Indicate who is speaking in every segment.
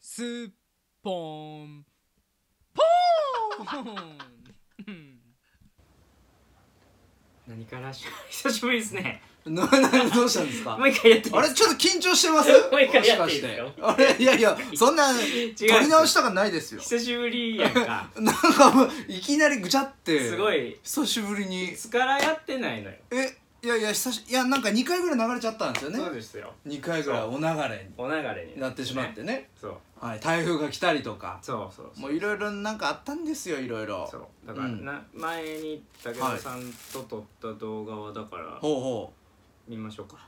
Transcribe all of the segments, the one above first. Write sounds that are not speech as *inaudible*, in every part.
Speaker 1: スッポーンポーン
Speaker 2: 何からし *laughs* 久しぶりですね
Speaker 3: ななどうしたんですか
Speaker 2: もう一回やっていい
Speaker 3: あれちょっと緊張してます
Speaker 2: *laughs* もう一回やっていいですか
Speaker 3: もしかしてあれいやいやそんな
Speaker 2: です
Speaker 3: 取
Speaker 2: よ
Speaker 3: り直したかないですよ
Speaker 2: 久しぶりやんか
Speaker 3: なんかもういきなりぐちゃって
Speaker 2: すごい
Speaker 3: 久しぶりに
Speaker 2: いつからやってないのよ
Speaker 3: えいやいや久しいやなんか2回ぐらい流れちゃったんですよね
Speaker 2: そうですよ
Speaker 3: 2回ぐらいお流れ
Speaker 2: お流れ
Speaker 3: に
Speaker 2: に
Speaker 3: なってしまってね
Speaker 2: そう
Speaker 3: はい台風が来たりとか
Speaker 2: そうそうそう
Speaker 3: もういろいろなんかあったんですよいろいろ
Speaker 2: そうだから、
Speaker 3: うん
Speaker 2: な前に武田さんと撮った動画はだから
Speaker 3: ほうほ
Speaker 2: 見ましょうか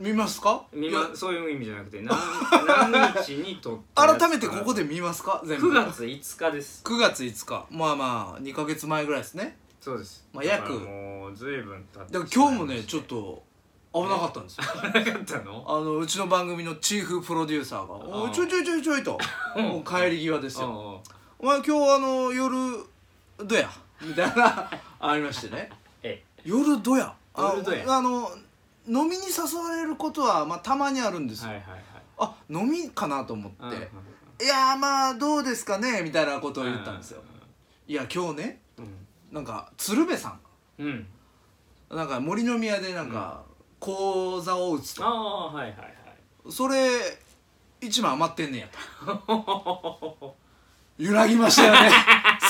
Speaker 3: う見ますか
Speaker 2: 見
Speaker 3: いや
Speaker 2: まそういう意味じゃな
Speaker 3: *laughs*
Speaker 2: くて何何日に撮ったやつか
Speaker 3: 改めてここで見ますか全部
Speaker 2: 9月5日です
Speaker 3: 9月5日まあまあ2か月前ぐらいですね
Speaker 2: そうです
Speaker 3: まあ約
Speaker 2: だからもう随分経って
Speaker 3: だから今日もねちょっ
Speaker 2: *laughs* と
Speaker 3: と危なかったんですよ
Speaker 2: なかったの
Speaker 3: あのうちの番組のチーフプロデューサーが「おい
Speaker 2: あー
Speaker 3: ちょいちょいちょいちょい」と
Speaker 2: うん
Speaker 3: もう帰り際ですよ
Speaker 2: うんうん
Speaker 3: 「お前今日あの夜どや」みたいなありましてね
Speaker 2: え
Speaker 3: 「夜どや」あ
Speaker 2: 夜どや
Speaker 3: あの飲みに誘われることは、まあ、たまにあるんです
Speaker 2: えは
Speaker 3: よ、
Speaker 2: いはいはい
Speaker 3: あ飲みかなと思って「
Speaker 2: うんうんうん
Speaker 3: いやーまあどうですかね」みたいなことを言ったんですよ「いや今日ね
Speaker 2: うん
Speaker 3: なんか鶴瓶さん
Speaker 2: うん
Speaker 3: がなんか森の宮でなんか講座を打つと
Speaker 2: ああはいはいはい
Speaker 3: それ一枚余ってんねやと揺らぎました
Speaker 2: *laughs*
Speaker 3: よね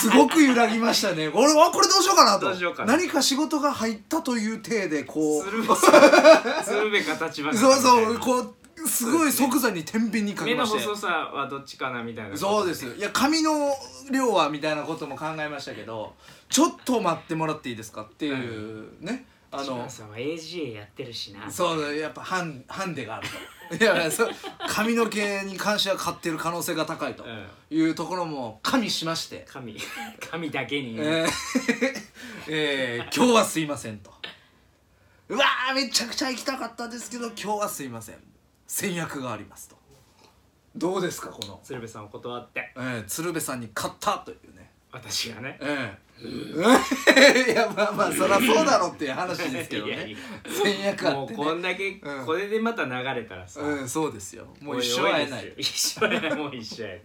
Speaker 3: すごく揺らぎましたね俺はこれどうしようかなと
Speaker 2: どうしようかな
Speaker 3: 何か仕事が入ったという体でこう *laughs*
Speaker 2: 鶴瓶さん鶴瓶か立花か
Speaker 3: そうそう
Speaker 2: みたいな
Speaker 3: こうすごい即座に天秤にかけ
Speaker 2: 目
Speaker 3: ま
Speaker 2: の
Speaker 3: して
Speaker 2: 細さはどっちかなみたいな
Speaker 3: そうですいや髪の量はみたいなことも考えましたけどちょっと待ってもらっていいですかっていうねあ
Speaker 2: あ
Speaker 3: の
Speaker 2: のさんは AGA やってるしな
Speaker 3: そうやっぱハンハンデがあるといやいやそう髪の毛に関しては買ってる可能性が高いと、
Speaker 2: うん
Speaker 3: いうところも加味しまして、
Speaker 2: 神神だけに
Speaker 3: えーえー今日はすいませんとうわーめちゃくちゃ行きたかったですけど今日はすいません戦略がありますとどうですかこの、
Speaker 2: 鶴瓶さんを断って
Speaker 3: えー鶴瓶さんに勝ったというね
Speaker 2: 私がね
Speaker 3: ええいやまあまあそりゃそうだろうっていう話ですけど
Speaker 2: いやい
Speaker 3: ね
Speaker 2: や
Speaker 3: 戦略あ
Speaker 2: も
Speaker 3: っ
Speaker 2: う
Speaker 3: て
Speaker 2: こ
Speaker 3: ね
Speaker 2: んだけ
Speaker 3: うん
Speaker 2: これでまた流れたらさ
Speaker 3: うんそうですよもう一生会えない
Speaker 2: おです *laughs* よ一生会えないもう一生会えない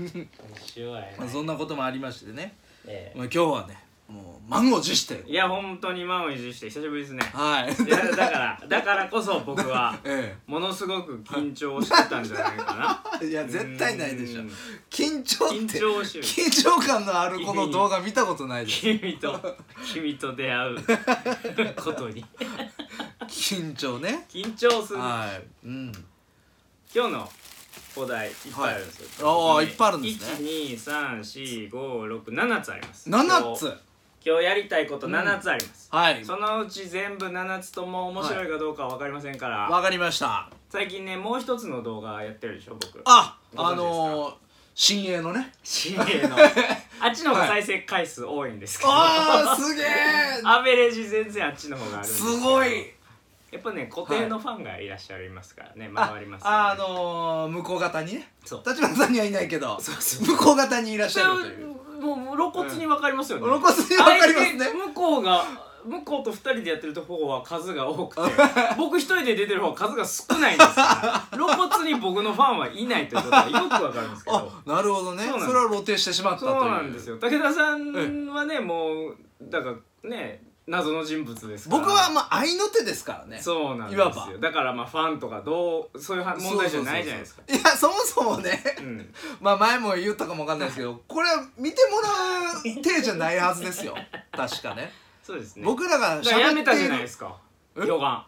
Speaker 2: 一生会えな
Speaker 3: まあ
Speaker 2: い
Speaker 3: そんなこともありましてね、
Speaker 2: え
Speaker 3: まあ、今日はねもう満を持して
Speaker 2: えいや本当に満を持して久しぶりです
Speaker 3: *laughs*
Speaker 2: ね
Speaker 3: はい
Speaker 2: いやだからだからこそ僕は
Speaker 3: え
Speaker 2: ものすごく緊張してたんじゃないか
Speaker 3: えいや
Speaker 2: な
Speaker 3: *laughs* 絶対ないでしょ
Speaker 2: うん
Speaker 3: 緊張って
Speaker 2: 緊張し
Speaker 3: 緊張感のあるこの動画見たことない
Speaker 2: *laughs*
Speaker 3: です
Speaker 2: 君と君と出
Speaker 3: *laughs*
Speaker 2: 会うことに
Speaker 3: 緊張ね
Speaker 2: 緊張する
Speaker 3: はいうん
Speaker 2: 今日のお題いっぱいあるんですよ、
Speaker 3: はいあーいっぱいあるんです
Speaker 2: 1234567つあります
Speaker 3: 7つ
Speaker 2: 今日今日やりたいこと7つあります、
Speaker 3: はい
Speaker 2: そのうち全部7つとも面白いかどうかは分かりませんから、
Speaker 3: わかりました
Speaker 2: 最近ねもう一つの動画やってるでしょ僕
Speaker 3: あ
Speaker 2: ご存知ですか
Speaker 3: あのー新鋭
Speaker 2: *laughs*
Speaker 3: のね
Speaker 2: CA のあっちの方が再生回数多いんですけど、
Speaker 3: あーすげえ
Speaker 2: *laughs* アベレージ全然あっちの方があるんですけど
Speaker 3: ごい
Speaker 2: やっぱね固定のファンがいらっしゃいますからね、
Speaker 3: あ
Speaker 2: 回りますよね
Speaker 3: あのー向こう方にね
Speaker 2: そう
Speaker 3: 立花さんにはいないけど
Speaker 2: そうそう
Speaker 3: 向こう方にいらっし
Speaker 2: それ
Speaker 3: ゃ
Speaker 2: は
Speaker 3: るという
Speaker 2: もうもう露骨に分かりますよね、
Speaker 3: うん露 *laughs* 骨に分かりますね
Speaker 2: あれ向こうが向こうと2人でやってると方は数が多く
Speaker 3: *laughs*
Speaker 2: て僕1人で出てる方は数が少ないんですから露骨に僕のファンはいないということがよく分かるんですけど
Speaker 3: *laughs* あなるほどね
Speaker 2: そうなん
Speaker 3: そ
Speaker 2: です
Speaker 3: れは露呈してしまったと
Speaker 2: そ
Speaker 3: いう
Speaker 2: うなんですよ武田さんはねもうだからね謎の人物ですから
Speaker 3: 僕はまあ合いの手ですからね
Speaker 2: そうなんで
Speaker 3: いわ
Speaker 2: す
Speaker 3: ば
Speaker 2: よだからまあファンとかどうそういうは問題じゃないじゃないですか
Speaker 3: そうそうそうそういやそもそもね *laughs*
Speaker 2: うん
Speaker 3: まあ前も言ったかもわかんないですけどこれは見てもらう手じゃないはずですよ確かね
Speaker 2: そうですね
Speaker 3: 僕らが
Speaker 2: だからや
Speaker 3: 喋
Speaker 2: め
Speaker 3: ったて
Speaker 2: じ
Speaker 3: い
Speaker 2: ゃない
Speaker 3: る
Speaker 2: ですか
Speaker 3: え
Speaker 2: 魚眼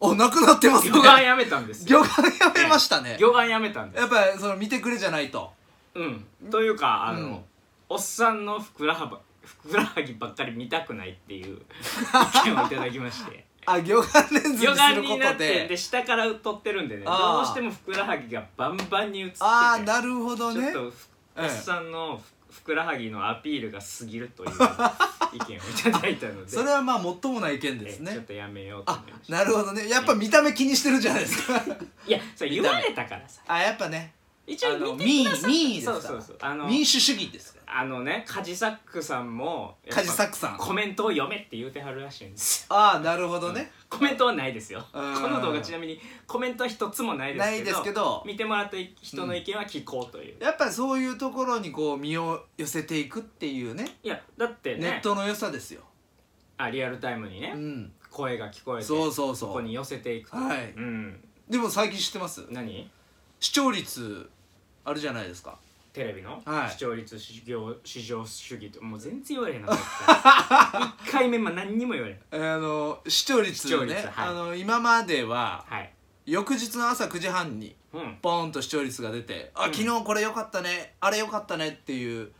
Speaker 3: おなくなってますね
Speaker 2: 魚眼やめたんですよ
Speaker 3: *laughs* 魚眼やめましたね
Speaker 2: 魚眼やめたんです
Speaker 3: *laughs* やっぱりその見てくれじゃないと
Speaker 2: うんというかあの、
Speaker 3: うん
Speaker 2: おっさんのふくらはばふくらはぎばっかり見たくないって
Speaker 3: *laughs*
Speaker 2: いう意見をいただきまして
Speaker 3: あ魚眼レンズ
Speaker 2: 魚
Speaker 3: にす
Speaker 2: 眼
Speaker 3: るこ
Speaker 2: になっ
Speaker 3: と
Speaker 2: てで
Speaker 3: で
Speaker 2: 下から撮ってるんでねど
Speaker 3: あー
Speaker 2: うしてもふくらはぎがバンバンに映ってて
Speaker 3: ああなるほどね
Speaker 2: ちょっとふ
Speaker 3: ええ
Speaker 2: おっさんのふふくらはぎのアピールが過ぎる
Speaker 3: *laughs*
Speaker 2: という意見をいただいたので
Speaker 3: それはまあもっともな意見です
Speaker 2: えちょっ
Speaker 3: ね
Speaker 2: とやめようと思
Speaker 3: あ
Speaker 2: いました
Speaker 3: なるほどねやっぱ見た目気にしてるじゃないですか
Speaker 2: いやそれ言われたからさ
Speaker 3: あやっぱね
Speaker 2: 一
Speaker 3: あ
Speaker 2: 応
Speaker 3: の
Speaker 2: 見てく
Speaker 3: 民意
Speaker 2: ださ
Speaker 3: 民意です
Speaker 2: そ
Speaker 3: か
Speaker 2: うそうそうあ
Speaker 3: ら
Speaker 2: の
Speaker 3: 民主主義ですから
Speaker 2: あのねカジサックさんもやっぱ
Speaker 3: カジサックさん
Speaker 2: コメントを読めって言うてはるらしいん
Speaker 3: *laughs*
Speaker 2: です
Speaker 3: ああなるほど
Speaker 2: よ
Speaker 3: ね、
Speaker 2: コメントはないですよこ
Speaker 3: うん
Speaker 2: の動画ちなみにコメントは一つもないですけど
Speaker 3: ないですけど
Speaker 2: 見てもらった人の意見は聞こうという、い
Speaker 3: やっぱりそういうところにこう身を寄せていくっていうね
Speaker 2: やだってね
Speaker 3: ネットの良さですよ、
Speaker 2: あリアルタイムにね、
Speaker 3: うん
Speaker 2: 声が聞こえて
Speaker 3: そうそうそう
Speaker 2: ここに寄せていくと
Speaker 3: はい
Speaker 2: うん
Speaker 3: でも最近知ってます
Speaker 2: 何
Speaker 3: 視聴率あるじゃないですか
Speaker 2: テレビの、
Speaker 3: はい
Speaker 2: 視聴率市場市場主義ともう全然言われへんなと思って
Speaker 3: *laughs*
Speaker 2: 一回目も何にも言われへん
Speaker 3: あの視聴
Speaker 2: 視
Speaker 3: 率
Speaker 2: 聴率
Speaker 3: ね
Speaker 2: はい
Speaker 3: あの今までは
Speaker 2: はい
Speaker 3: 翌日の朝9時半に
Speaker 2: うん
Speaker 3: ポーンと視聴率が出て「あ
Speaker 2: うん
Speaker 3: 昨日これ良かったねあれ良かったね」っていう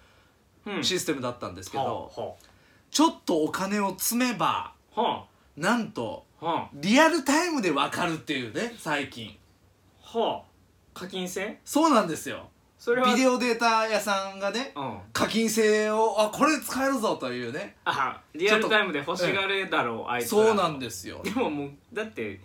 Speaker 2: うん
Speaker 3: システムだったんですけ
Speaker 2: ほ
Speaker 3: ど
Speaker 2: うほ
Speaker 3: ちょっとお金を積めば
Speaker 2: うほ
Speaker 3: なんと
Speaker 2: うほう
Speaker 3: リアルタイムで分かるっていうね最近
Speaker 2: ほう課金制
Speaker 3: そうなんですよ
Speaker 2: それは
Speaker 3: ビデオデータ屋さんがね
Speaker 2: うん
Speaker 3: 課金制をあこれ使えるぞというね
Speaker 2: あリアルタイムで欲しがるだろうあいつら
Speaker 3: そうなんですよ
Speaker 2: でももうだって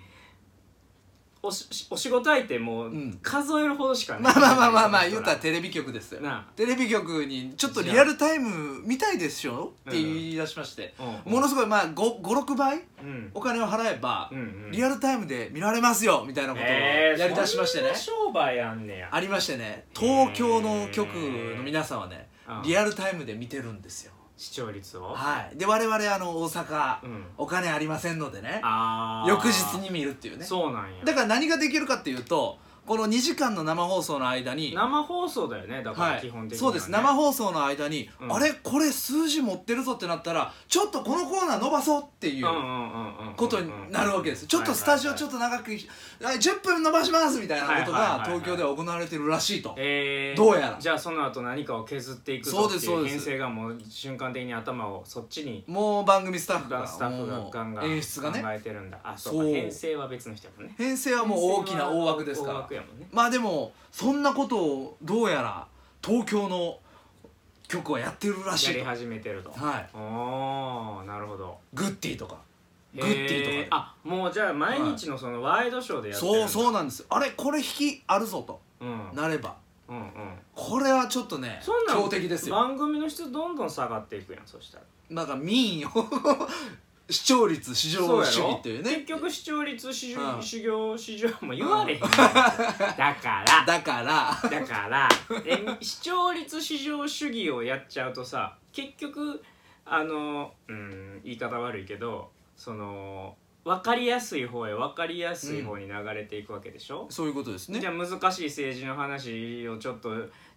Speaker 2: おしお仕事相手も
Speaker 3: ん
Speaker 2: 数えるほどしかない、
Speaker 3: *laughs* まあまあまあまあまあ言ったらテレビ局ですよ
Speaker 2: なあ
Speaker 3: テレビ局にちょっとリアルタイム見たいでしょって言い出しまして
Speaker 2: うん
Speaker 3: ものすごいまあ56倍
Speaker 2: うん
Speaker 3: お金を払えば
Speaker 2: うんうん
Speaker 3: リアルタイムで見られますよみたいなことをやりだしましてね
Speaker 2: えーそんな商売あんねや
Speaker 3: ありましてね東京の局の皆さんはね
Speaker 2: うん
Speaker 3: リアルタイムで見てるんですよ
Speaker 2: 視聴率を
Speaker 3: はいで我々あの大阪
Speaker 2: うん
Speaker 3: お金ありませんのでね
Speaker 2: あー
Speaker 3: 翌日に見るっていうね
Speaker 2: そうなんや
Speaker 3: だから何ができるかっていうとこの2時間の生放送の間に
Speaker 2: 生放送だよねだから
Speaker 3: は
Speaker 2: 基本
Speaker 3: い、
Speaker 2: 的に
Speaker 3: そ
Speaker 2: は
Speaker 3: う
Speaker 2: ね、
Speaker 3: です生放送の間に、
Speaker 2: うん
Speaker 3: あれこれ数字持ってるぞってなったらちょっとこのコーナー伸ばそうっていう
Speaker 2: 放
Speaker 3: ことになるわけです、ちょっとスタジオちょっ
Speaker 2: と
Speaker 3: と長く、はい10分伸ばしますみたいなこと
Speaker 2: はいはい
Speaker 3: が
Speaker 2: はいはい
Speaker 3: 東京では行われてるらしいと、
Speaker 2: えー
Speaker 3: どうやら
Speaker 2: じゃあその後何かを削っていくぞ
Speaker 3: そうで
Speaker 2: って
Speaker 3: すそ
Speaker 2: いうう
Speaker 3: です
Speaker 2: 編成がもう瞬間的に頭をそっちに
Speaker 3: もう番組スタッフが
Speaker 2: スタッフ
Speaker 3: も
Speaker 2: が
Speaker 3: う
Speaker 2: ガンガン
Speaker 3: 演出が
Speaker 2: 考
Speaker 3: ね
Speaker 2: えてるんだあそう
Speaker 3: そう
Speaker 2: か編成は別の人やもんね
Speaker 3: 編成はもう大きな大枠ですか
Speaker 2: 大
Speaker 3: ら
Speaker 2: 枠やもんね
Speaker 3: まあでもそんなことをどうやら東京の局はやってるらし
Speaker 2: や
Speaker 3: い
Speaker 2: り
Speaker 3: と
Speaker 2: 始めてると
Speaker 3: はい
Speaker 2: おーなるほど
Speaker 3: グッティとかグッティとか
Speaker 2: へ
Speaker 3: で
Speaker 2: ーあもうじゃあ毎日のそのワイドショーでやってるん
Speaker 3: そ
Speaker 2: だ
Speaker 3: うそうなんですあれこれ引きあるぞと
Speaker 2: うんうんうん
Speaker 3: なればこれはちょっとね
Speaker 2: そんなん
Speaker 3: 強敵ですよ
Speaker 2: 番組の質どんどん下がっていくやんそしたら
Speaker 3: なんか民意を *laughs* 視聴率市場
Speaker 2: そうや
Speaker 3: 主
Speaker 2: ろ
Speaker 3: 義っていう
Speaker 2: 結
Speaker 3: ね
Speaker 2: 局視聴率市場、
Speaker 3: うん
Speaker 2: 修行市場も言わ
Speaker 3: *laughs*
Speaker 2: れへん、だから
Speaker 3: だから *laughs*
Speaker 2: だからえ視聴率市場主義をやっちゃうとさ結局あのうん言い方悪いけどその分かりやすい方へ分かりやすい方に流れていくわけでしょ、
Speaker 3: そういうことですね
Speaker 2: じゃあ難しい政治の話をちょっと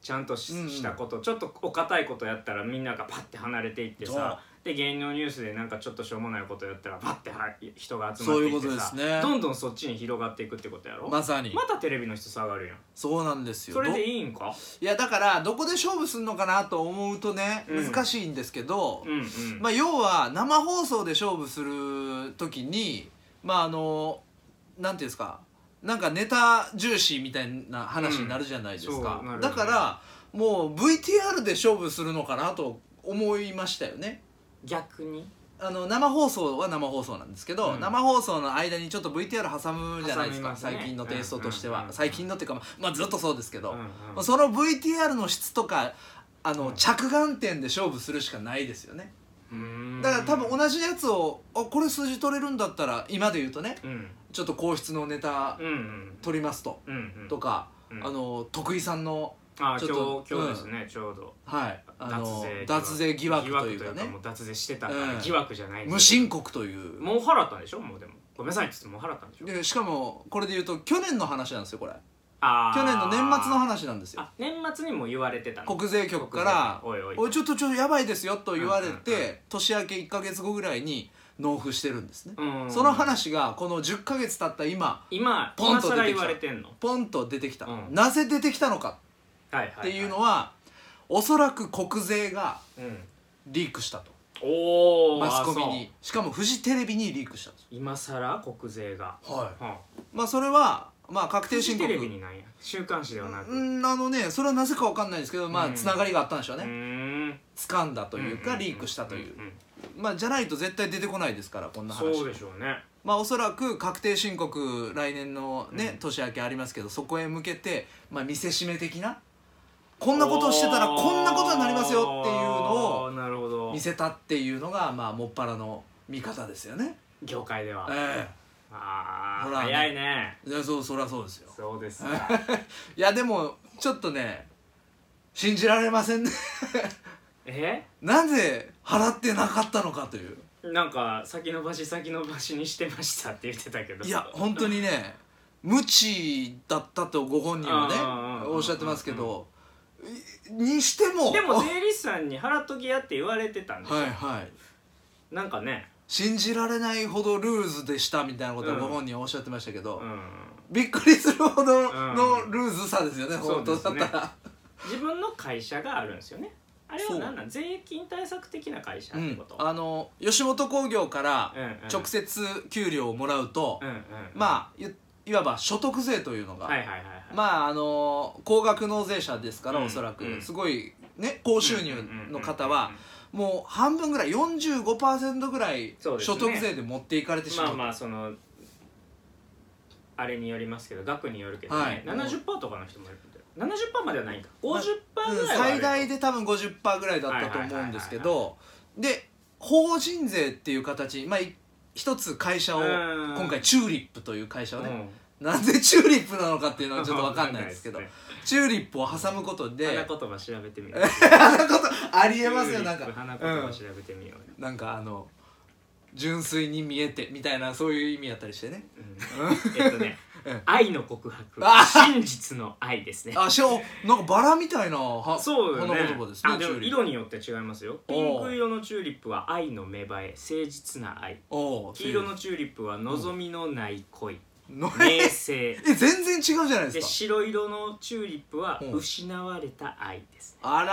Speaker 2: ちゃんとし,、
Speaker 3: うんうん
Speaker 2: たことちょっとお堅いことやったらみんながパッて離れていってさで芸能ニュースでなんかちょっとしょうもないことやったらパッては人が集まっていって
Speaker 3: そういうこ
Speaker 2: さ
Speaker 3: とですね
Speaker 2: どんどんそっちに広がっていくってことやろ
Speaker 3: まさに
Speaker 2: またテレビの質下がるやん
Speaker 3: そうなんですよ
Speaker 2: それ
Speaker 3: ど
Speaker 2: で
Speaker 3: い
Speaker 2: いいんか
Speaker 3: やだからどこで勝負するのかなと思うとね
Speaker 2: うん
Speaker 3: 難しいんですけど
Speaker 2: うんうん、
Speaker 3: まあ要は生放送で勝負する時にまああのなんていうんですかなんかネタ重視みたいな話になるじゃないです
Speaker 2: うん
Speaker 3: か
Speaker 2: そうな、るよね
Speaker 3: だからもう VTR で勝負するのかなと思いましたよね
Speaker 2: 逆に
Speaker 3: あの生放送は生放送なんですけど、
Speaker 2: うん
Speaker 3: 生放送の間にちょっと VTR 挟むじゃないで
Speaker 2: 挟み
Speaker 3: すか
Speaker 2: ますね
Speaker 3: 最近のテイストとして
Speaker 2: う
Speaker 3: は、
Speaker 2: んうんうん
Speaker 3: 最近のっていうか、まあ、まあずっとそうですけど、
Speaker 2: うんうん
Speaker 3: まあその VTR の質とかあの、
Speaker 2: うん
Speaker 3: 着眼点で勝負するしかないですよね
Speaker 2: うーん
Speaker 3: だから多分同じやつをあこれ数字取れるんだったら今で言うとね
Speaker 2: うん
Speaker 3: ちょっと皇室のネタ
Speaker 2: うんうん
Speaker 3: 取りますと、
Speaker 2: うんうん
Speaker 3: とか、
Speaker 2: うん
Speaker 3: あの徳井さんの
Speaker 2: あ
Speaker 3: ちょっと
Speaker 2: 今日今日
Speaker 3: うん
Speaker 2: ですね、ちょうど
Speaker 3: はいあの脱
Speaker 2: 脱
Speaker 3: 税
Speaker 2: 税
Speaker 3: 疑惑という
Speaker 2: 疑
Speaker 3: か
Speaker 2: 惑
Speaker 3: ね
Speaker 2: もう脱税してたから、
Speaker 3: うん
Speaker 2: 疑惑じゃないんですよ
Speaker 3: 無申告という
Speaker 2: もう払ったんでしょもうでもごめんなさいって言ってもう払ったんでしょ
Speaker 3: でしかもこれで言うと去年の話なんですよこれ
Speaker 2: あー
Speaker 3: 去年の年末の話なんですよ
Speaker 2: あ年末にも言われてたの
Speaker 3: 国税局から「
Speaker 2: 国税局おいおい
Speaker 3: おいちょっとちょっとやばいですよ」と言われて、
Speaker 2: うんうんう
Speaker 3: 年明け1か月後ぐらいに納付してるんですね、
Speaker 2: うん
Speaker 3: その話がこの10か月経った今
Speaker 2: 今
Speaker 3: ポン
Speaker 2: 今
Speaker 3: と出てきた
Speaker 2: 更言われてんの
Speaker 3: ポンと出てきた、
Speaker 2: うん
Speaker 3: なぜ出てきたのか
Speaker 2: はいはい、はい、
Speaker 3: っていうのは、おそらく国税が
Speaker 2: うん
Speaker 3: リークしたと
Speaker 2: おお
Speaker 3: マスコミにしかもフジテレビにリークしたんです
Speaker 2: 今更国税が
Speaker 3: は
Speaker 2: うん
Speaker 3: まあそれはまあ確定
Speaker 2: フジ
Speaker 3: 申
Speaker 2: テ
Speaker 3: 告
Speaker 2: レビになんや週刊誌ではなくう
Speaker 3: うんあのねそれはなぜかわかんないですけどまあ
Speaker 2: うん
Speaker 3: つながりがあったんでしょうね、
Speaker 2: ーん
Speaker 3: 掴んだというか
Speaker 2: んんん
Speaker 3: リークしたという、
Speaker 2: んん
Speaker 3: まあじゃないと絶対出てこないですからこんな話
Speaker 2: そうでしょうね
Speaker 3: まあ、おそらく確定申告来年の、ね
Speaker 2: うん
Speaker 3: 年明けありますけどそこへ向けて、まあ、見せしめ的なこんなことをしてたらこんなことになりますよっていうの
Speaker 2: あーなるほ
Speaker 3: を
Speaker 2: ど
Speaker 3: 見せたっていうのが、まあ、もっぱらの見方ですよね。
Speaker 2: 業界では、
Speaker 3: え
Speaker 2: あ
Speaker 3: ほ
Speaker 2: あ
Speaker 3: ら
Speaker 2: 早いね
Speaker 3: えいやそうそりゃそうですよ。
Speaker 2: そうですか
Speaker 3: いやでもちょっとね信じられませんね *laughs*
Speaker 2: え
Speaker 3: なぜ払ってなかったのかという
Speaker 2: なんか先延ばし先延ばしにしてましたって言ってたけど
Speaker 3: いや本当にね無知だったとご本人
Speaker 2: う
Speaker 3: は
Speaker 2: んうん
Speaker 3: ね
Speaker 2: うん
Speaker 3: おっしゃってますけどいにしても
Speaker 2: でも税理士さんに払っときやって言われてたんでしょ、
Speaker 3: *laughs* はいはい
Speaker 2: なんかね
Speaker 3: 信じられないほどルーズでしたみたいなことを
Speaker 2: うん
Speaker 3: ご本人はおっしゃってましたけど、
Speaker 2: うん
Speaker 3: びっくりするほど
Speaker 2: う
Speaker 3: の
Speaker 2: ん
Speaker 3: ルーズさですよね、本当だ
Speaker 2: そ
Speaker 3: っ
Speaker 2: う
Speaker 3: た
Speaker 2: で
Speaker 3: ら
Speaker 2: す、自分の会社があるんですよねあれ
Speaker 3: そ
Speaker 2: は
Speaker 3: う
Speaker 2: 何なん税金対策的な会社
Speaker 3: う
Speaker 2: って
Speaker 3: ん
Speaker 2: こと、
Speaker 3: あの吉本興業から
Speaker 2: うんうん
Speaker 3: 直接給料をもらうと、
Speaker 2: うんうんうん、
Speaker 3: まあいいわば所得税というのが、
Speaker 2: はいはいはいはい
Speaker 3: まああの高額納税者ですから、
Speaker 2: うん
Speaker 3: おそらく、
Speaker 2: うん
Speaker 3: すごいね高収入の方は、もう半分ぐらい45%ぐらい
Speaker 2: そう
Speaker 3: 所
Speaker 2: ですね
Speaker 3: 得税で持っていかれてしま
Speaker 2: ま
Speaker 3: う
Speaker 2: あまあそのあれによりますけど額によるけど
Speaker 3: はい
Speaker 2: ね、70%とかの人もいるんだよ70%まではないんか50%
Speaker 3: うん
Speaker 2: ぐらいはある
Speaker 3: 最大で多分50%ぐらいだったと思うんですけどで法人税っていう形、まあ、い一つ会社を
Speaker 2: うん
Speaker 3: 今回チューリップという会社をね、
Speaker 2: う
Speaker 3: なんでチューリップなのかっていうのはちょっと分かんないですけど
Speaker 2: わかん
Speaker 3: チューリップを挟むこと
Speaker 2: で
Speaker 3: です
Speaker 2: ね花言葉調べてみよう
Speaker 3: ありえますよなんか
Speaker 2: 花言
Speaker 3: う
Speaker 2: 葉
Speaker 3: ん
Speaker 2: 調べてみようよ、
Speaker 3: なんかあの純粋に見えてみたいなそういう意味やったりしてね
Speaker 2: うんえっとね
Speaker 3: うん
Speaker 2: 愛の告白
Speaker 3: あ
Speaker 2: 真実の愛ですね
Speaker 3: あしょなんかバラみたいなは
Speaker 2: そうよね
Speaker 3: 花言葉ですね
Speaker 2: あで
Speaker 3: チュ
Speaker 2: も
Speaker 3: ーリップ
Speaker 2: 色によって違いますよピンク色のチューリップは愛の芽生え誠実な愛
Speaker 3: おう
Speaker 2: 黄色のチューリップは望みのない恋、
Speaker 3: の
Speaker 2: 名
Speaker 3: *laughs* え
Speaker 2: 声
Speaker 3: 全然違うじゃないで
Speaker 2: です
Speaker 3: か
Speaker 2: 白色のチューリップは
Speaker 3: うん
Speaker 2: 失われた愛です、
Speaker 3: あ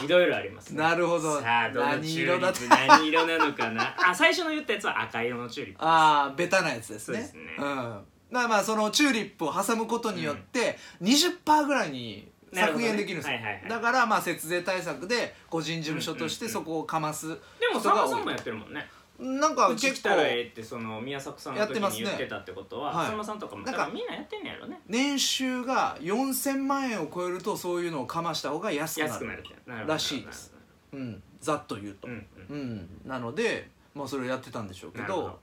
Speaker 3: ら
Speaker 2: い
Speaker 3: ー
Speaker 2: ろいろありますね
Speaker 3: なるほど
Speaker 2: さあどの
Speaker 3: 何
Speaker 2: チュー
Speaker 3: 色
Speaker 2: リッ
Speaker 3: だった
Speaker 2: プ何色なのかなあ最初の言ったやつは赤色のチューリップ
Speaker 3: ああベタなやつです
Speaker 2: そうで
Speaker 3: ね
Speaker 2: すね
Speaker 3: うんまあまあそのチューリップを挟むことによって20%ぐらいに
Speaker 2: なる
Speaker 3: 削
Speaker 2: ほどね
Speaker 3: 減できるんですよ、
Speaker 2: はいはいはい
Speaker 3: だからまあ節税対策で個人事務所としてそこをかます
Speaker 2: でも
Speaker 3: 人
Speaker 2: さん
Speaker 3: が
Speaker 2: ま
Speaker 3: 多い
Speaker 2: さんもやってるもんね
Speaker 3: なんか
Speaker 2: うち来
Speaker 3: 結構
Speaker 2: たらええってその宮迫さんの
Speaker 3: やって
Speaker 2: 時
Speaker 3: ます
Speaker 2: に
Speaker 3: ね
Speaker 2: 言ってたってこと
Speaker 3: は
Speaker 2: はいさんまさんとかもだ
Speaker 3: なんか
Speaker 2: からみんなやってんねやろね
Speaker 3: 年収が4000万円を超えるとそういうのをかました方が安くなる
Speaker 2: 安くなるってなるほど
Speaker 3: らしいですうん、ざっと言うと、
Speaker 2: なる
Speaker 3: う
Speaker 2: ほど
Speaker 3: んなので、まあ、それをやってたんでしょうけど
Speaker 2: なるほど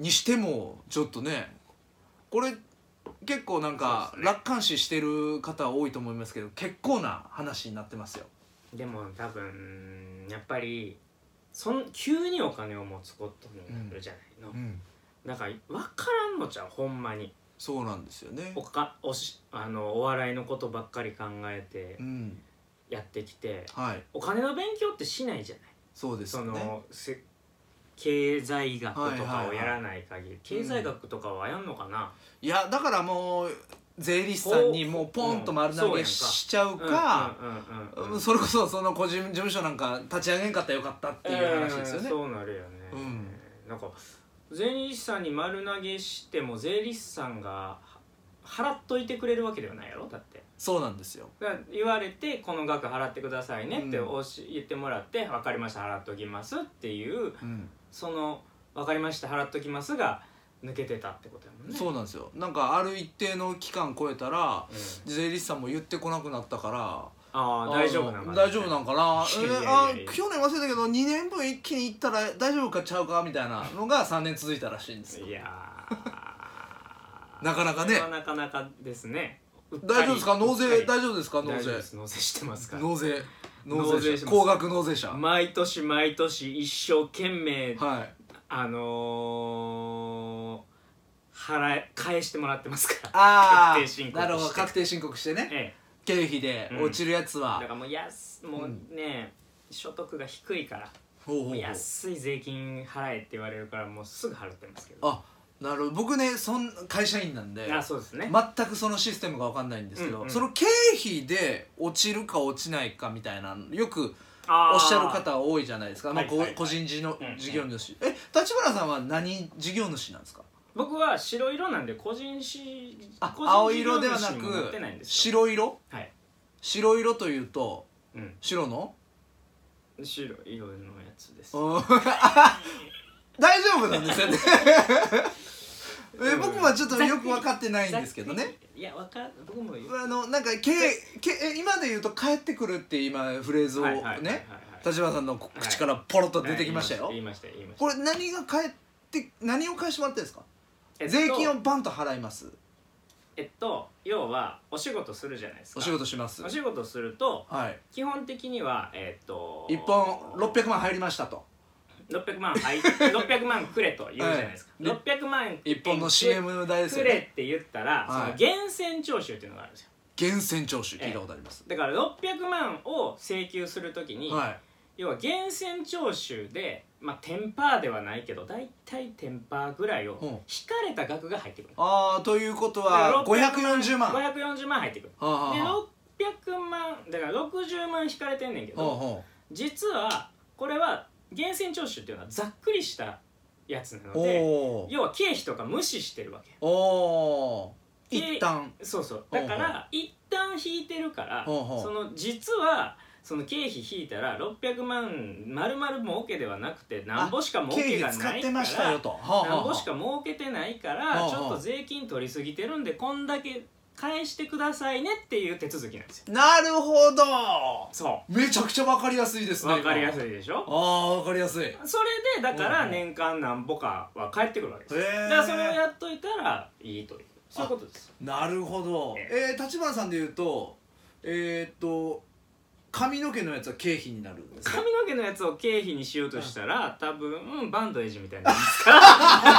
Speaker 3: にしてもちょっとねこれ結構なんか
Speaker 2: そうですね
Speaker 3: 楽観視してる方多いと思いますけど結構な話になってますよ。
Speaker 2: うんうんでも多分やっぱりそん急にお金を持つことになるじゃないの、
Speaker 3: ん、
Speaker 2: だから分からんのじゃんほんまに
Speaker 3: そうなんですよね
Speaker 2: お。かおしあのお笑いのことばっかり考えて
Speaker 3: うん、
Speaker 2: やってきて
Speaker 3: はい
Speaker 2: お金の勉強ってしないじゃない
Speaker 3: そうです
Speaker 2: そ
Speaker 3: よ
Speaker 2: の、
Speaker 3: ね。
Speaker 2: せ経済学と
Speaker 3: はいはい
Speaker 2: か
Speaker 3: は
Speaker 2: を
Speaker 3: い
Speaker 2: やらない限り、経済学とかはやんのかな、
Speaker 3: いやだからもう税理士さんにもうポンと丸投げしちゃうか。
Speaker 2: うんうんうんうん
Speaker 3: うんそれこそその個人事務所なんか立ち上げんかったらよかったっていう話ですよ
Speaker 2: えー
Speaker 3: ね。
Speaker 2: そうなるよね、
Speaker 3: うん
Speaker 2: なんか税理士さんに丸投げしても税理士さんがは払っといてくれるわけではないやろだって
Speaker 3: そうなんですよ。
Speaker 2: だから言われてこの額払ってくださいねって
Speaker 3: うん
Speaker 2: おし言ってもらって分かりました払っときますっていう
Speaker 3: うん、
Speaker 2: その分かりました払っときますが抜けてたってことやもんね
Speaker 3: *laughs* そうなんですよ。なんかある一定の期間超えたら
Speaker 2: うん
Speaker 3: 税理士さんも言ってこなくなったから。
Speaker 2: ああ大丈夫なのか
Speaker 3: あ
Speaker 2: な
Speaker 3: の大丈夫なのかな。
Speaker 2: いやいや
Speaker 3: え
Speaker 2: い
Speaker 3: ー
Speaker 2: や
Speaker 3: あ
Speaker 2: いや
Speaker 3: 去年忘れたけど2年分一気に行ったら大丈夫かちゃうかみたいなのが3年続いたらしいんですよ
Speaker 2: い。やー
Speaker 3: なかなかね
Speaker 2: それはなかなかですねうっかり
Speaker 3: 大丈夫ですか納
Speaker 2: うっか
Speaker 3: 税
Speaker 2: り
Speaker 3: 大丈夫ですか納
Speaker 2: 大丈
Speaker 3: 税
Speaker 2: 夫です納税してますから
Speaker 3: 納税納
Speaker 2: 納税
Speaker 3: 税
Speaker 2: し
Speaker 3: 者
Speaker 2: ます
Speaker 3: 高額納税者。
Speaker 2: 毎年毎年一生懸命
Speaker 3: はい。
Speaker 2: あのー、払え返してもらってますから
Speaker 3: あ
Speaker 2: 確定申告して
Speaker 3: あなるほど確定申告してね
Speaker 2: ええ
Speaker 3: 経費で落ちるやつ
Speaker 2: だ
Speaker 3: は
Speaker 2: か、らもう安もうね、所得が低いから
Speaker 3: ほうほうほ
Speaker 2: も
Speaker 3: う
Speaker 2: う安い税金払えって言われるからもうすぐ払ってますけど
Speaker 3: あなるほど僕ねそん会社員なんで
Speaker 2: あそうですね、
Speaker 3: 全くそのシステムが分かんないんですけど、
Speaker 2: うんうん
Speaker 3: その経費で落ちるか落ちないかみたいなのよく
Speaker 2: あー
Speaker 3: おっしゃる方多いじゃないですかま
Speaker 2: は
Speaker 3: あ、
Speaker 2: いはいはい
Speaker 3: こ個人事の
Speaker 2: うんうん
Speaker 3: 事業主、え立花さんは何事業主なんですか
Speaker 2: 僕は白色なんで個人し
Speaker 3: あ
Speaker 2: 個人
Speaker 3: 青色ではな
Speaker 2: 事業主にもなっ
Speaker 3: く
Speaker 2: てないんですよ
Speaker 3: 白色
Speaker 2: はい、
Speaker 3: 白色というと
Speaker 2: うん、
Speaker 3: 白の
Speaker 2: 白色のやつです
Speaker 3: うん *laughs* 大丈夫なんです
Speaker 2: *laughs*
Speaker 3: よねえ僕はちょっとよく分かってないんですけどね
Speaker 2: いやわかん僕も
Speaker 3: あのなんかけけえ今で言うと「帰ってくる」って今フレーズを
Speaker 2: はいはいはいはい
Speaker 3: ね立花さんの口からポロッと出てきましたよ
Speaker 2: 言いました言いました
Speaker 3: これ何が返って何を返してもらってるんですか
Speaker 2: えっと
Speaker 3: 税金をバンと払います
Speaker 2: えっと要はお仕事するじゃないですか
Speaker 3: お仕事します
Speaker 2: お仕事すると
Speaker 3: はい
Speaker 2: 基本的にはえっと
Speaker 3: 一本600万入りましたと
Speaker 2: 600万入っ600万くれと言うじゃないですか、
Speaker 3: はいで
Speaker 2: 600万
Speaker 3: 一本の CM 代です
Speaker 2: く
Speaker 3: よ
Speaker 2: れ
Speaker 3: ね
Speaker 2: って言ったら、
Speaker 3: はい
Speaker 2: その源泉徴収っていうのがあるんですよ
Speaker 3: 源泉徴収聞いたことあります
Speaker 2: だから600万を請求するときに、
Speaker 3: はい
Speaker 2: 要は源泉徴収でまあ10%パーではないけど大体10%ぐらいを
Speaker 3: うん
Speaker 2: 引かれた額が入ってくる
Speaker 3: ああということ
Speaker 2: だから
Speaker 3: は540万は
Speaker 2: 540万入ってくる
Speaker 3: あは
Speaker 2: で
Speaker 3: あはあ
Speaker 2: 600万だから60万引かれてんねんけ
Speaker 3: ほう
Speaker 2: ど
Speaker 3: ほ
Speaker 2: 実はこれは源泉徴収っていうのはざっくりしたやつな
Speaker 3: う
Speaker 2: ので
Speaker 3: おー
Speaker 2: 要は経費とか無視してるわけ
Speaker 3: おー一旦
Speaker 2: そうそう
Speaker 3: ほ
Speaker 2: だ
Speaker 3: うほう
Speaker 2: から一旦引いてるから
Speaker 3: ほうほう
Speaker 2: その実はその経費引いたら600万丸々儲けではなくてなんぼしか儲け
Speaker 3: 経費
Speaker 2: が
Speaker 3: 使
Speaker 2: な
Speaker 3: っ
Speaker 2: い
Speaker 3: て
Speaker 2: か
Speaker 3: ましたよ
Speaker 2: ら
Speaker 3: とはあは
Speaker 2: なん
Speaker 3: あ
Speaker 2: ぼ
Speaker 3: は
Speaker 2: し
Speaker 3: あ
Speaker 2: か儲けてないか
Speaker 3: はあは
Speaker 2: ら
Speaker 3: あ
Speaker 2: ちょっと税金取りすぎてるんでこんだけ返してくださいねっていう手続きなんですよ
Speaker 3: なるほど
Speaker 2: そ
Speaker 3: めちゃくちゃわかりやすいです
Speaker 2: う
Speaker 3: ね
Speaker 2: わかりやす
Speaker 3: い
Speaker 2: いでし
Speaker 3: あ
Speaker 2: ょ
Speaker 3: あわかりやすいへ
Speaker 2: それでだか
Speaker 3: ほう
Speaker 2: ら
Speaker 3: ほう
Speaker 2: 年間なんぼかは返ってくるわけですだ
Speaker 3: え
Speaker 2: からそれをやっといたらいいというそういうことです
Speaker 3: なるほどえー、立花さんで言うとえー、っと髪の毛のやつは経費になるんですか
Speaker 2: 髪の毛のやつを経費にしようとしたら多分バンドエイジみたいな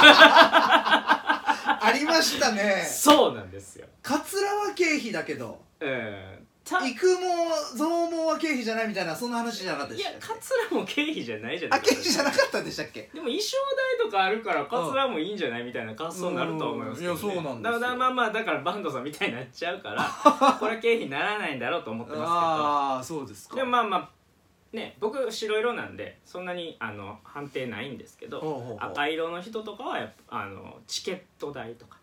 Speaker 3: *laughs* ありましたね
Speaker 2: そうなんですよ
Speaker 3: カツラは経費だけど
Speaker 2: うんたい
Speaker 3: 育毛増毛は経費じゃないみたいなそんな話じゃなかったでし
Speaker 2: や
Speaker 3: たっけ
Speaker 2: カツラも経費じゃないじゃな
Speaker 3: あ
Speaker 2: いで
Speaker 3: 経
Speaker 2: す
Speaker 3: 費じゃなかったでしたっけ
Speaker 2: でも衣装代とかあるからカツラもいいんじゃないみたいな発想になるとは思いますけど、ね、
Speaker 3: うんいやそうなんですよ
Speaker 2: だからまあまあだからバンドさんみたいになっちゃうから *laughs* これは経費にならないんだろうと思ってま
Speaker 3: ああそうです
Speaker 2: すけど
Speaker 3: か
Speaker 2: でもまあまあね僕白色なんでそんなにあの判定ないんですけど
Speaker 3: ほうほうほう
Speaker 2: 赤色の人とかはやっぱあのチケット代とか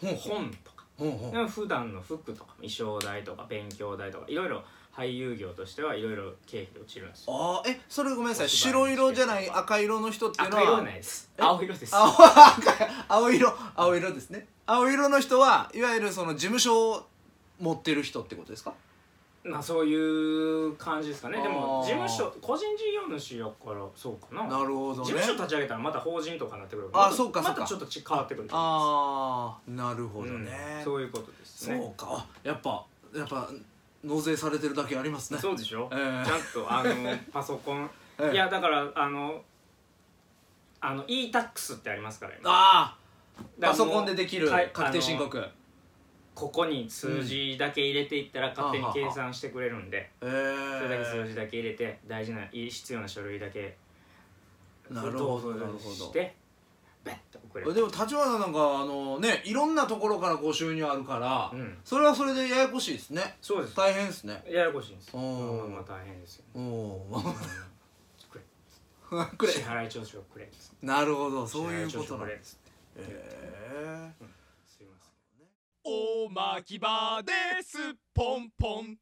Speaker 3: ほんほん
Speaker 2: 本とか
Speaker 3: ほんほん
Speaker 2: でも普段の服とか衣装代とか勉強代とかいろいろ俳優業としてはいろいろ経費で落ちるんですよ
Speaker 3: あーえそれごめんなさい白色じゃない赤色の人っていう
Speaker 2: 赤
Speaker 3: のは
Speaker 2: 色はないです
Speaker 3: え
Speaker 2: 青色です
Speaker 3: 青 *laughs* 赤青色青色ですね青色の人はいわゆるその事務所を持ってる人ってことですか
Speaker 2: まあそういう感じですかねで
Speaker 3: あ
Speaker 2: も
Speaker 3: ー
Speaker 2: 事務所個人事業主やからそうかな
Speaker 3: なるほど
Speaker 2: 事
Speaker 3: ね
Speaker 2: 務所立ち上げたらまた法人とかになってくる
Speaker 3: あ
Speaker 2: また
Speaker 3: そうかそうか
Speaker 2: またちょっとち変わってくると思
Speaker 3: ああなるほ
Speaker 2: い
Speaker 3: ど
Speaker 2: ます
Speaker 3: ね、
Speaker 2: うん
Speaker 3: そう
Speaker 2: そういうことですね
Speaker 3: かあやっぱやっぱ納税されてるだけありますね
Speaker 2: そうでしょ、
Speaker 3: ええ
Speaker 2: ちゃんとあのパソコ
Speaker 3: *laughs*
Speaker 2: ン、
Speaker 3: ええ
Speaker 2: いやだからあのあの e-tax ってありますから今
Speaker 3: ああ
Speaker 2: だからもう
Speaker 3: パソコンでできる
Speaker 2: はい
Speaker 3: 確定申告
Speaker 2: ここに数字だけ入れていったら勝手に計算してくれるんで、
Speaker 3: ええ
Speaker 2: それだけ数字だけ入れて大事ない必要な書類だけ
Speaker 3: なるほど
Speaker 2: 封筒
Speaker 3: なるほ
Speaker 2: し
Speaker 3: ど
Speaker 2: てベッと送れる
Speaker 3: でも立花なんかあのねいろんなところからご収入あるから、
Speaker 2: うん
Speaker 3: それはそれでややこしいですね
Speaker 2: そうです
Speaker 3: 大変ですね
Speaker 2: ややこしいんですよま
Speaker 3: おー
Speaker 2: あまあ大変ですよね
Speaker 3: おお
Speaker 2: う
Speaker 3: ー
Speaker 2: *laughs*
Speaker 3: *laughs*
Speaker 2: んくれ
Speaker 3: くれ
Speaker 2: 支払い調子をくれ
Speaker 3: なるほどそういうこ
Speaker 2: 支払調
Speaker 3: と
Speaker 2: 書
Speaker 3: な
Speaker 2: く
Speaker 3: ん
Speaker 2: れ
Speaker 3: だ
Speaker 2: す
Speaker 3: え
Speaker 2: いません
Speaker 1: おまき場です。ポンポン。